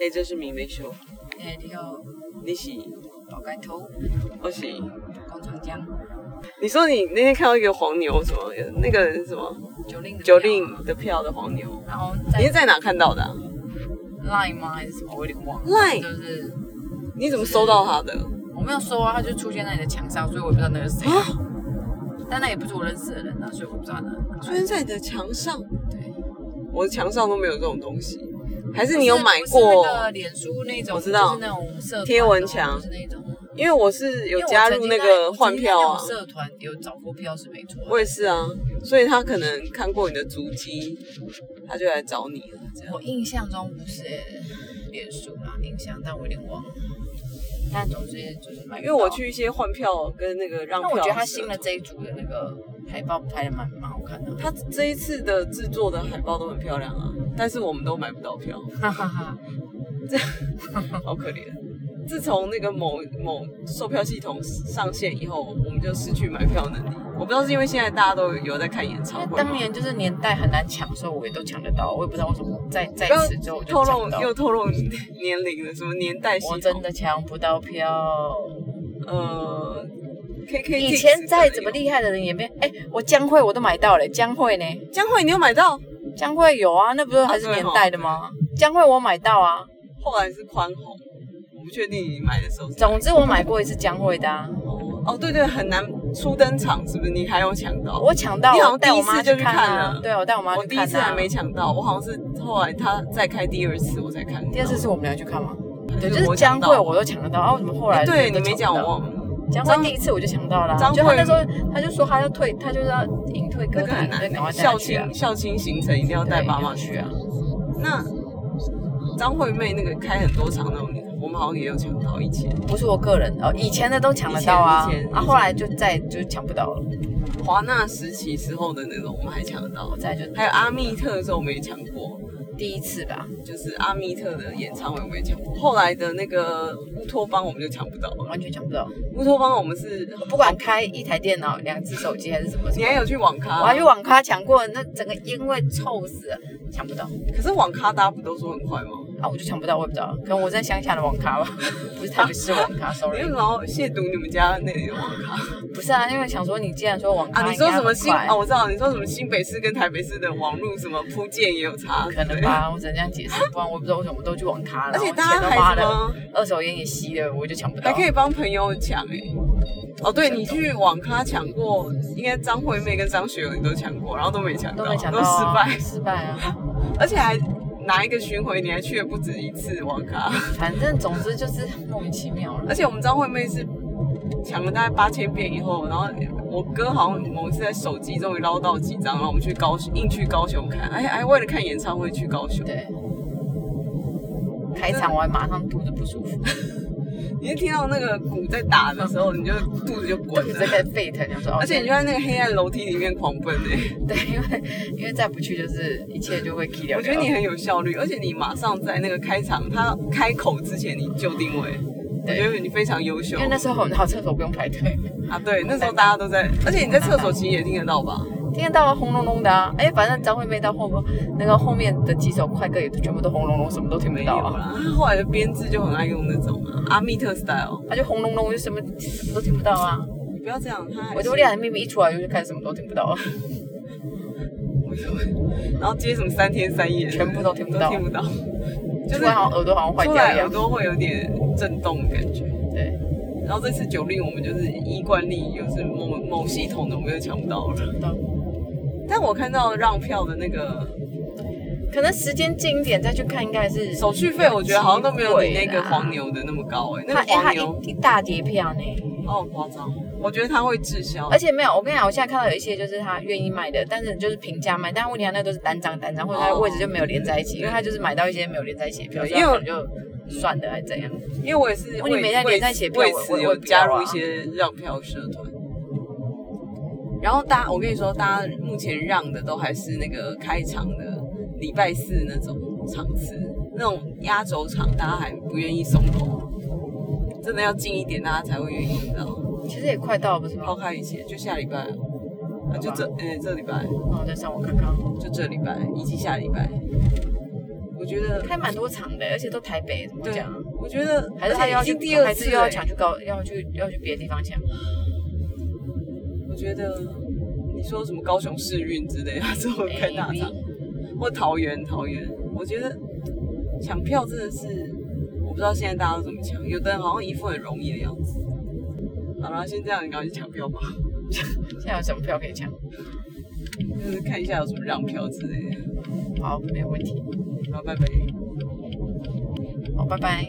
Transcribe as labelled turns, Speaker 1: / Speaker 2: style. Speaker 1: 你这是明明秀，
Speaker 2: 诶，呢个
Speaker 1: 你是
Speaker 2: 宝盖头、
Speaker 1: 我是。
Speaker 2: 广场江、
Speaker 1: 你说你那天看到一个黄牛，什么那个什么
Speaker 2: 九令的
Speaker 1: 九
Speaker 2: 票
Speaker 1: 令，的票的黄牛，
Speaker 2: 然后
Speaker 1: 你是
Speaker 2: 在
Speaker 1: 在哪看到的啊、
Speaker 2: Line 吗还是什么？我有点忘了。
Speaker 1: Line
Speaker 2: 就是
Speaker 1: 你怎么收到他的？
Speaker 2: 我没有收啊，他就出现在你的墙上，所以我也不知道那个是谁、
Speaker 1: 啊，
Speaker 2: 但那也不是我认识的人啊，所以我不知道那哪
Speaker 1: 出现在你的墙上，
Speaker 2: 对。
Speaker 1: 我的墙上都没有这种东西，还是你
Speaker 2: 不
Speaker 1: 有买
Speaker 2: 不
Speaker 1: 过
Speaker 2: 是？那个脸书那种，
Speaker 1: 我知道
Speaker 2: 就是那种社团哦
Speaker 1: 贴文墙
Speaker 2: 就是那种。
Speaker 1: 因为我是有
Speaker 2: 因为我
Speaker 1: 加入那个换票啊
Speaker 2: 曾经在我曾经在那种，社团有找过票是没错的。
Speaker 1: 我也是啊，所以他可能看过你的足迹，他就来找你了。这样
Speaker 2: 我印象中不是脸书啦，印象，但我有点忘了。但总之就是买，
Speaker 1: 因为我，去一些换票跟那个让
Speaker 2: 哦那
Speaker 1: 票，
Speaker 2: 我觉得他新的，这一组的那个海报拍的蛮蛮好看的，
Speaker 1: 他这一次的制作的海报都很漂亮啊，但是我们都买不到票，
Speaker 2: 哈哈哈。
Speaker 1: 好可怜。自从那个某某售票系统上线以后，我们就失去买票能力。我不知道是因为现在大家都有在看演唱
Speaker 2: 那
Speaker 1: 会吗，
Speaker 2: 当年就是年代很难抢的时候，我也都抢得到，我也不知道为什么在在
Speaker 1: 不要
Speaker 2: 此之后我就
Speaker 1: 透
Speaker 2: 抢不
Speaker 1: 露
Speaker 2: 到，
Speaker 1: 又透露年龄了，什么年代系统？
Speaker 2: 我真的抢不到票。
Speaker 1: 呃，K K
Speaker 2: 以前再怎么，厉害的人也没，哎、我江蕙我都买到了，江蕙呢？
Speaker 1: 江蕙你有买到？
Speaker 2: 江蕙有啊，那不是还是
Speaker 1: 啊对
Speaker 2: 年
Speaker 1: 吼
Speaker 2: 代的吗？江蕙我买到啊，
Speaker 1: 后来是宽宏，我不确定你买的时候是哪一
Speaker 2: 总之我买过一次江蕙的、啊，
Speaker 1: 个哦哦，对对，很难初登场是不是？你还有抢到？
Speaker 2: 我抢到，
Speaker 1: 你好像
Speaker 2: 我带我
Speaker 1: 第
Speaker 2: 妈
Speaker 1: 一次就去
Speaker 2: 看
Speaker 1: 看
Speaker 2: 啊
Speaker 1: 了，
Speaker 2: 对，我带我妈
Speaker 1: 我
Speaker 2: 去
Speaker 1: 第
Speaker 2: 看、啊、
Speaker 1: 一次还没，抢到，我好像是后来他再开第二次我才看到。
Speaker 2: 第二次是我们俩去看吗？对，就
Speaker 1: 还
Speaker 2: 是
Speaker 1: 我
Speaker 2: 江
Speaker 1: 抢
Speaker 2: 蕙
Speaker 1: 到
Speaker 2: 我都抢得到，啊，为什么后来
Speaker 1: 哎对
Speaker 2: 别
Speaker 1: 你
Speaker 2: 人都
Speaker 1: 没
Speaker 2: 抢
Speaker 1: 讲
Speaker 2: 不到
Speaker 1: 我忘了，
Speaker 2: 江
Speaker 1: 张
Speaker 2: 蕙第一次我就抢到了啊，
Speaker 1: 张
Speaker 2: 就他
Speaker 1: 惠
Speaker 2: 那时候他就说他要退，他就是要隐退歌
Speaker 1: 那个
Speaker 2: 坛，
Speaker 1: 很
Speaker 2: 所
Speaker 1: 难。欸
Speaker 2: 以赶快带他
Speaker 1: 校
Speaker 2: 去啊
Speaker 1: 庆校庆行程一定要带
Speaker 2: 对
Speaker 1: 爸妈
Speaker 2: 一定
Speaker 1: 去
Speaker 2: 要
Speaker 1: 啊。那张惠妹那个开很多场那种，我们好像也有抢到一起。
Speaker 2: 不是我个人哦，以前的都抢得到啊
Speaker 1: 以前以，前
Speaker 2: 啊，后来就再就抢不到了，
Speaker 1: 华纳时期时候的那种，我们还抢得到
Speaker 2: 我。再就
Speaker 1: 还有阿密特的时候，我们也抢过，
Speaker 2: 第一次吧，
Speaker 1: 就是阿密特的演唱会我们也抢过。后来的那个乌托邦我们就抢不到了。
Speaker 2: 完全抢不到。
Speaker 1: 乌托邦我们是，
Speaker 2: 不管开一台电脑、两只手机还是什么，
Speaker 1: 你还有去网咖、
Speaker 2: 我还去。网咖抢过，那整个烟味臭死了，抢不到
Speaker 1: 可是网咖大家不都说很快吗？
Speaker 2: 啊！我就抢不到，我也不知道，可能我在乡下的网咖吧，不是台北市的网咖
Speaker 1: 你
Speaker 2: ，sorry
Speaker 1: 为。什么要亵渎你们家那里的网咖
Speaker 2: 不是啊，因为想说你既然说网咖，
Speaker 1: 啊？你说什么新
Speaker 2: 应该很
Speaker 1: 啊？
Speaker 2: 快
Speaker 1: 我知道你说什么新北市跟台北市的网络什么铺建也有差，
Speaker 2: 可能
Speaker 1: 对。
Speaker 2: 吧， 我只能这样解释，不然我不知道为什么都去网咖了，
Speaker 1: 而且
Speaker 2: 然后
Speaker 1: 大家
Speaker 2: 钱都花
Speaker 1: 还什
Speaker 2: 了，
Speaker 1: 么
Speaker 2: 二手烟也吸了，我就抢不到。
Speaker 1: 还可以帮朋友抢哎、哦，对你去网咖抢过，应该张惠妹跟张学友你都抢过，然后都没抢
Speaker 2: 都
Speaker 1: 到，
Speaker 2: 没抢到、啊，
Speaker 1: 失败，
Speaker 2: 失败啊！
Speaker 1: 而且还拿一个巡回，你还去了不止一次网 咖。
Speaker 2: 反正总之就是莫名其妙了。
Speaker 1: 而且我们张惠妹是抢了大概八千遍以后，然后我哥好像某一次在手机终于捞到几张，然后我们去高雄，硬去高雄看，哎哎，为了看演唱会去高雄。
Speaker 2: 对，开场我还马上肚子不舒 服，
Speaker 1: 你就听到那个鼓在打的时候，你就肚子就滚
Speaker 2: 肚子
Speaker 1: 了，
Speaker 2: 开始沸腾，想说哦
Speaker 1: 而且你就在那个黑暗楼梯里面狂奔哎、
Speaker 2: 对，因为因为再不去就是一切就会 k 掉。
Speaker 1: 我觉得你很有效率，而且你马上在那个开场他开口之前你就定位，我
Speaker 2: 对
Speaker 1: 觉得你非常优秀
Speaker 2: 因为那时候我们到厕所不用排队，
Speaker 1: 啊。对，那时候大家都在，而且你在厕所其实也听得到吧？
Speaker 2: 听得到啊轰隆隆的啊！哎，反正张惠妹到后那个后面的几首快歌也全部都轰隆隆，什么都听不
Speaker 1: 没有
Speaker 2: 到啊。
Speaker 1: 啦，他后来的编制就很爱用那种啊阿密特 style，
Speaker 2: 他就轰隆隆，就什么什么都听不到啊！
Speaker 1: 你不要这样，他还是
Speaker 2: 我就恋爱秘密一出来，我就开始什么都听不到了，
Speaker 1: 然后接什么三天三夜，
Speaker 2: 全部都听不到
Speaker 1: 都听不到，就
Speaker 2: 突
Speaker 1: 是
Speaker 2: 然好像耳朵好像坏
Speaker 1: 出
Speaker 2: 掉
Speaker 1: 来
Speaker 2: 一
Speaker 1: 耳
Speaker 2: 样。
Speaker 1: 朵会有点震动的感觉。
Speaker 2: 对，
Speaker 1: 然后这次九令我们就是依惯例，又是某某系统的我们又抢不到了，
Speaker 2: 不到
Speaker 1: 但我看到让票的那个
Speaker 2: 可能时间近一点再去看，应该是
Speaker 1: 手续费我觉得好像都没有你那
Speaker 2: 很贵
Speaker 1: 个
Speaker 2: 啦
Speaker 1: 黄牛的那么高哎、那
Speaker 2: 他
Speaker 1: 个
Speaker 2: 哎、
Speaker 1: 黄
Speaker 2: 他
Speaker 1: 牛
Speaker 2: 一一大叠票呢，
Speaker 1: 哦夸张，我觉得他会滞销，
Speaker 2: 而且没有，我跟你讲，我现在看到有一些就是他愿意卖的，但是就是平价卖，但问题他那都是单张单张，或者他的位置就没有连在一起，因为他就是买到一些没有连在一起的票，
Speaker 1: 对
Speaker 2: 所以他
Speaker 1: 因为
Speaker 2: 可能就算了，还是怎样？
Speaker 1: 因为我也是
Speaker 2: 哦你
Speaker 1: 为
Speaker 2: 没在
Speaker 1: 为
Speaker 2: 连在写票
Speaker 1: 为
Speaker 2: 我我
Speaker 1: 此
Speaker 2: 我
Speaker 1: 有
Speaker 2: 不
Speaker 1: 加
Speaker 2: 要
Speaker 1: 入
Speaker 2: 啊
Speaker 1: 一些让票社团。然后大家，我跟你说，大家目前让的都还是那个开场的礼拜四那种场次，那种压轴场，大家还不愿意松口，真的要近一点，大家才会愿意，你知道吗？
Speaker 2: 其实也快到了，不是吗
Speaker 1: 抛？开一切，就下礼拜，啊，就这，呃、这礼拜，
Speaker 2: 那我再上网看看。
Speaker 1: 就这礼拜以及下礼拜，我我觉得
Speaker 2: 开蛮多场的，而且都台北，怎么
Speaker 1: 对
Speaker 2: 讲？，
Speaker 1: 我觉得
Speaker 2: 还是
Speaker 1: 他
Speaker 2: 他
Speaker 1: 已
Speaker 2: 要
Speaker 1: 经
Speaker 2: 去
Speaker 1: 第二
Speaker 2: 还
Speaker 1: 次欸
Speaker 2: 是又要
Speaker 1: 了
Speaker 2: 抢去高，要去要去别的地方抢。
Speaker 1: 我觉得你说什么高雄市运之类的这种更大
Speaker 2: Maybe
Speaker 1: 场，或桃园桃园，我觉得抢票真的是，我不知道现在大家都怎么抢，有的人好像一副很容易的样子。好了，先这样，你赶快去抢票吧，
Speaker 2: 现在有什么票可以抢？
Speaker 1: 就是看一下有什么让票之类的。
Speaker 2: 好，没有问题。
Speaker 1: 好，拜拜。
Speaker 2: 好，拜拜。